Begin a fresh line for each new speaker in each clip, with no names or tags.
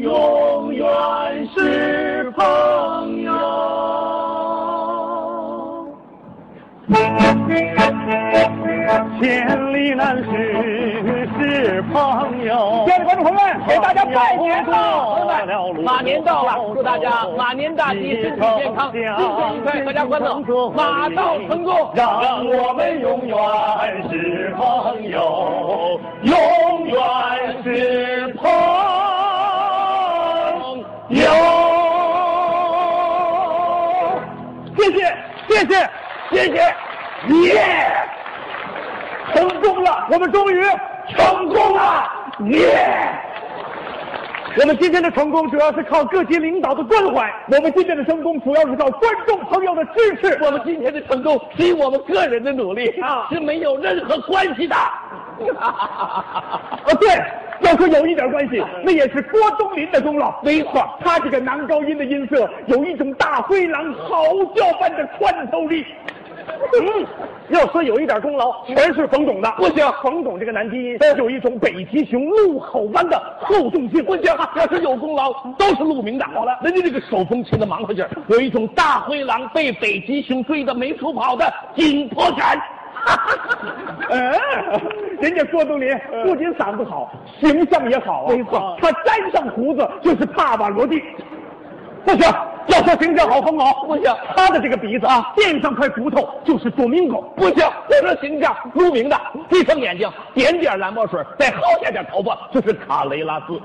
永远是朋友。千里难寻是朋友。
亲爱的观众朋友们，给大家拜年了，朋友们。
们
马年到了，祝大家马年大吉，身体健康，心情愉快，阖家欢乐，马到成功。
让我们永远是朋友，永远是朋友。谢谢，谢谢，谢谢，耶、成功了，我们终于成功啊了，耶、我们今天的成功主要是靠各级领导的关怀，我们今天的成功主要是靠观众朋友的支持。
我们今天的成功是以我们个人的努力
啊
是没有任何关系的。
啊，对，要说有一点关系，那也是郭冬临的功劳。没错，他这个男高音的音色有一种大灰狼嚎叫般的穿透力。嗯， 要说有一点功劳，全是冯巩的。不行，冯巩这个男低音
嗯
有一种北极熊怒吼般的厚重性。不行，
要是有功劳，都是陆明的。好了，人家这个手风琴的忙活劲儿，有一种大灰狼被北极熊追得没处跑的紧迫感。
嗯，人家郭冬临
嗯
不仅嗓子好，形象也好啊。没错，他粘上胡子就是帕瓦罗蒂。不行，要说形象好，冯巩
不行
他的这个鼻子啊，垫上块骨头就是多明狗。
不行，这说形象，陆明的，闭上眼睛，点点蓝墨水，再薅下点头发，就是卡雷拉 斯。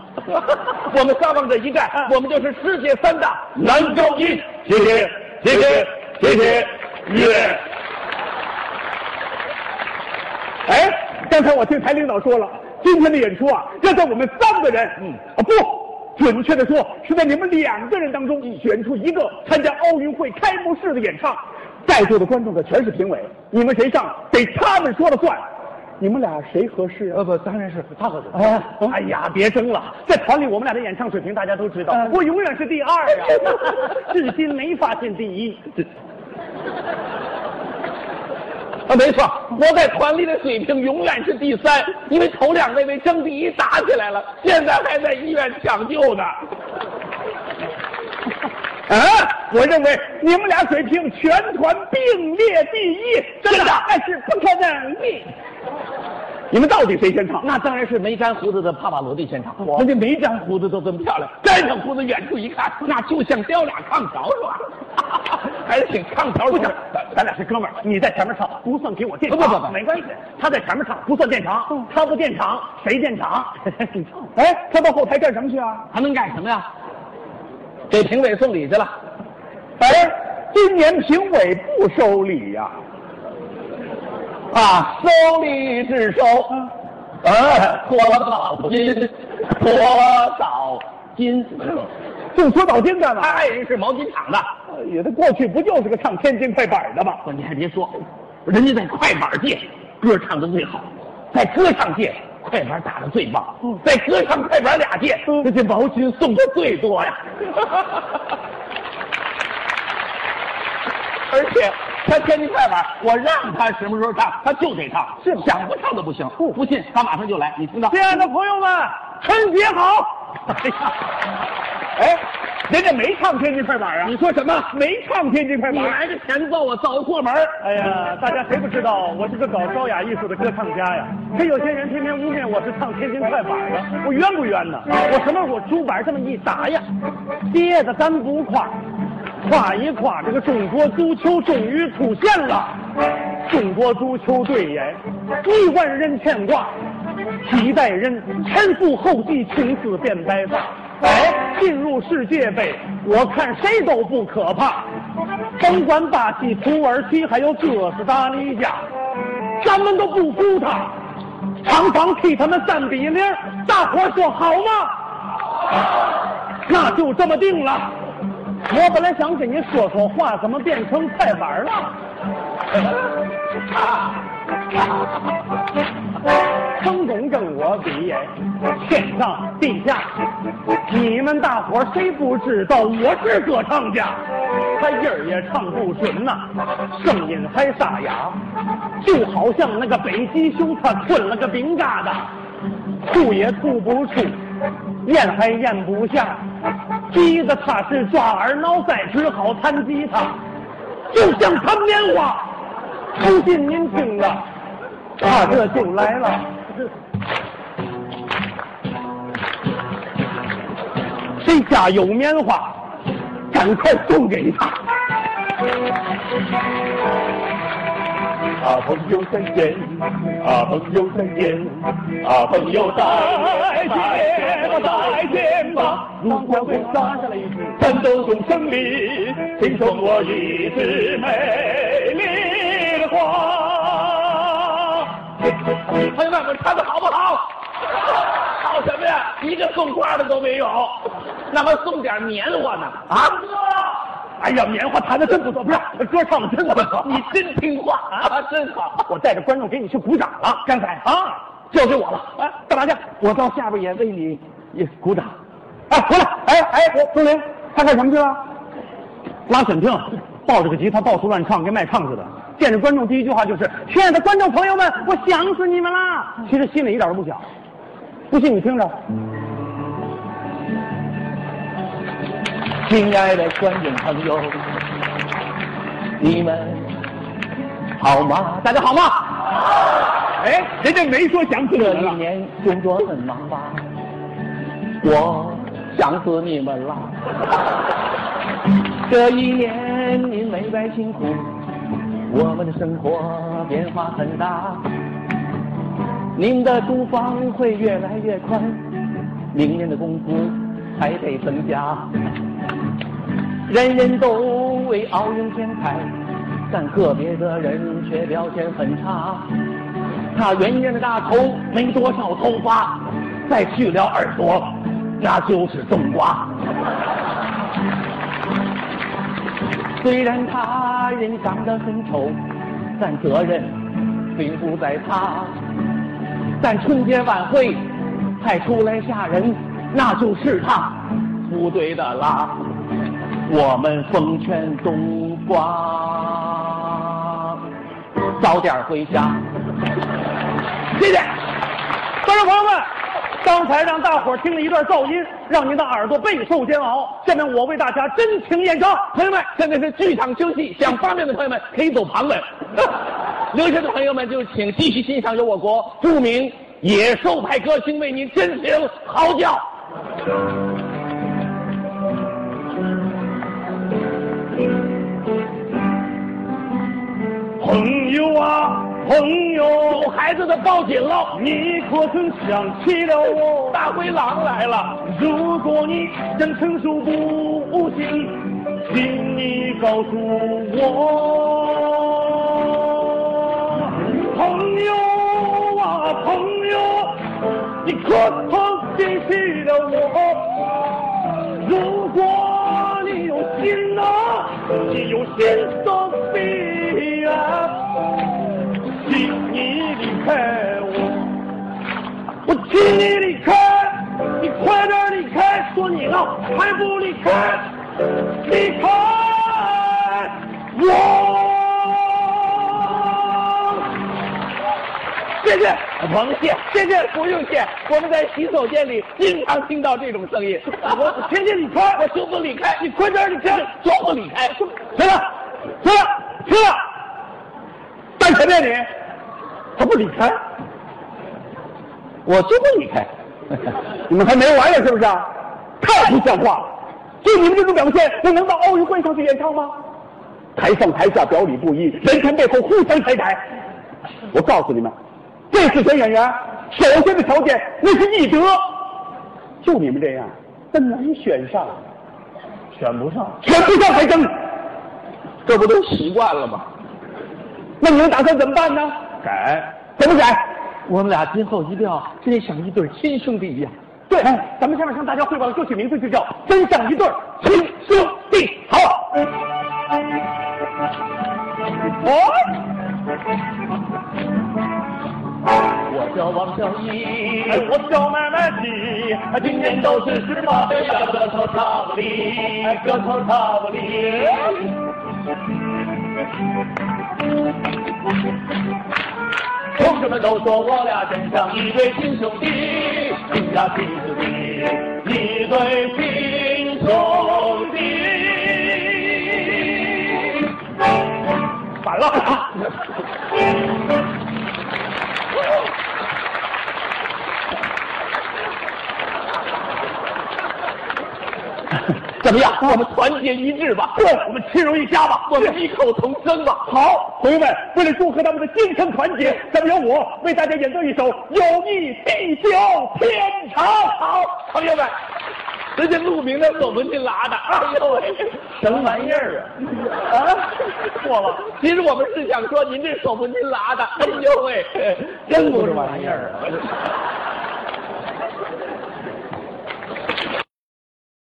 我们仨往这一站，我们就是世界三大男高音。
谢谢，谢谢，谢谢，耶！哎，刚才我听台领导说了，今天的演出啊，要在我们三个人，嗯，啊不，准确的说是在你们两个人当中选出一个参加奥运会开幕式的演唱。在座的观众可全是评委，你们谁上得他们说了算。你们俩谁合适啊？
不，当然是他合适。
哎，
哦嗯
哎呀，别争了，在团里我们俩的演唱水平大家都知道，
嗯
我永远是第二 呀，至今没发现第一。
啊，没错，我在团里的水平永远是第三，因为头两那位争第一打起来了，现在还在医院抢救呢。
啊，我认为你们俩水平全团并列第一，真的，那是不可能的。你们到底谁先唱？
那当然是没粘胡子的帕瓦罗蒂现场，
人家没粘
胡子都这么漂亮，粘上胡子远处一看，那就像雕俩炕条是 吧？还是挺炕条
不
不
行
行，
咱俩是哥们儿，你在前面唱不算给我垫
不
场，
不嗯不不
没关系，他在前面唱不算垫场，他不垫场谁垫 场？哎，他到后台干什么去啊？
还能干什么呀？给评委送礼去了。
哎，今年评委不收礼呀、
啊，收礼之收，啊，多少金，多少金，
净搓澡巾干嘛？
他爱人是毛巾厂的。
哎也他过去不就是个唱天津快板的吗？
不，你还别说，人家在快板界歌唱的最好，在歌唱界快板打的最棒，
嗯
在歌唱快板俩界，人家毛巾送的最多呀。而且他天津快板，我让他什么时候唱，他就得唱，
是吗
想不唱都不行。不啊信他马上就来，你听到？
亲 爱的朋友们，春节好！
哎呀，
哎，人家没唱天津快板啊，
你说什么？
没唱天津快
你
板。
来的前奏啊，早过门儿。
哎呀，大家谁不知道我是个搞高雅艺术的歌唱家呀？可有些人偏偏诬陷我是唱天津快板的，我冤不冤呢？我什么时候我竹板这么一打呀，跌的咱不垮，垮一垮这个中国足球终于出现了，中国足球队耶，亿万人牵挂。几代人前赴后继，从此变白发。哎，进入世界杯，我看谁都不可怕，甭管巴西、土耳其，还有哥斯达黎加，咱们都不服他，常常替他们三比零。大伙儿说好吗？那就这么定了。我本来想跟你说说话，怎么变成快板了？成功跟我比耶，天上地下，你们大伙儿谁不知道我是歌唱家？他音儿也唱不准呐、声音还沙哑，就好像那个北极熊他吞了个冰疙瘩，吐也吐不出，
咽还咽不下，急得他是抓耳挠腮，只好弹吉他，就像弹棉花。抽进您听了，他这就来了。谁家有棉花，赶快送给他。
啊，朋友再见，啊，朋友再见，啊，朋友再见吧，再见吧。
如果被扎下来一只，
战斗中胜利，请送我一枝美丽的花。朋友们，我唱的好不好？好什么呀？一个送花的都没有，那还送点棉花呢？啊！
哎呀，棉花弹的真不错，不是歌唱的真不错。
你真听话啊，真好！
我带着观众给你去鼓掌了，刚才
啊，交给我了。
哎，干嘛去？我到下边也为你也鼓掌。哎，回来！哎哎，我钟林，他干什么去了？拉审听，抱着个吉他到处乱唱，跟卖唱似的。见着观众第一句话就是：“亲爱的观众朋友们，我想死你们啦！”其实心里一点都不想。不信你听着，
亲爱的观众朋友，你们好吗？
大家好吗？哎，人家没说想死你
这
们
一
了。
年工作很忙吧？我想死你们了。这一年您没白辛苦，我们的生活变化很大。您的厨房会越来越宽，明年的工资还得增加。人人都为奥运添彩，但个别的人却表现很差。那圆圆的大头没多少头发，再去了耳朵，那就是冬瓜。虽然他人长得很丑，但责任并不在他。但春节晚会还出来吓人，那就是他不对的啦。我们奉劝冬瓜，早点回家。
谢谢，观众朋友们，刚才让大伙儿听了一段噪音，让您的耳朵备受煎熬。下面我为大家真情演唱，
朋友们，现在是剧场休息，想方便的朋友们可以走旁门。 留下的朋友们就请继续欣赏由我国著名野兽派歌星为您真情嚎叫。
朋友啊，朋
有
友，
孩子的报警了，
你可曾想起了我？
大灰狼来了。
如果你真承受不起，请你告诉我，朋友啊朋友，你可曾记起了我？如果你有心啊，你有心的必啊，请你离开我。我请你离开，你快点离开！说你呢，还不离开，离开我！
谢谢，甭谢，谢谢，不用谢。我们在洗手间里经常听到这种声音。我请你离开，我就不离开，你快点离开，就不离开。
谁了？谁了？谁了？干什么呀你？还不离开？
我就不离开。
你们还没完了是不是？太不像话了！就你们这种表现，我能到奥运会上去演唱吗？台上台下表里不一，人前背后互相拆台。我告诉你们，这次选演员首先的条件那是艺德，就你们这样，那难选上，
选不上，
选不上还争。
这不都习惯了吗？
那你们打算怎么办呢？
改。
怎么改？
我们俩今后一定要真像一对亲兄弟一样。
对，哎咱们下面向大家汇报的歌曲名字就叫《真像一对儿亲兄弟》。好，哦。
我叫王小一，
哎，我叫买卖鸡，哎今年都是十八岁了，
个头差不离
哎，个头差不离。
同学们都说我俩真像一对亲兄弟，亲家亲兄弟。
你对贫穷的
反了。
啊 怎么样？我们团结一致吧，
对，我们吃容易下吧。
我们异口同声吧。
好，朋友们，为了祝贺他们的精诚团结，咱们由我为大家演奏一首《友谊地久天长》。
好，朋友们，人家陆明的我们去拉的，哎呦喂，什么玩意儿啊？啊，
错 了，
其实我们是想说您这手不禁
啊
拉的，哎呦喂，真不是玩意儿啊。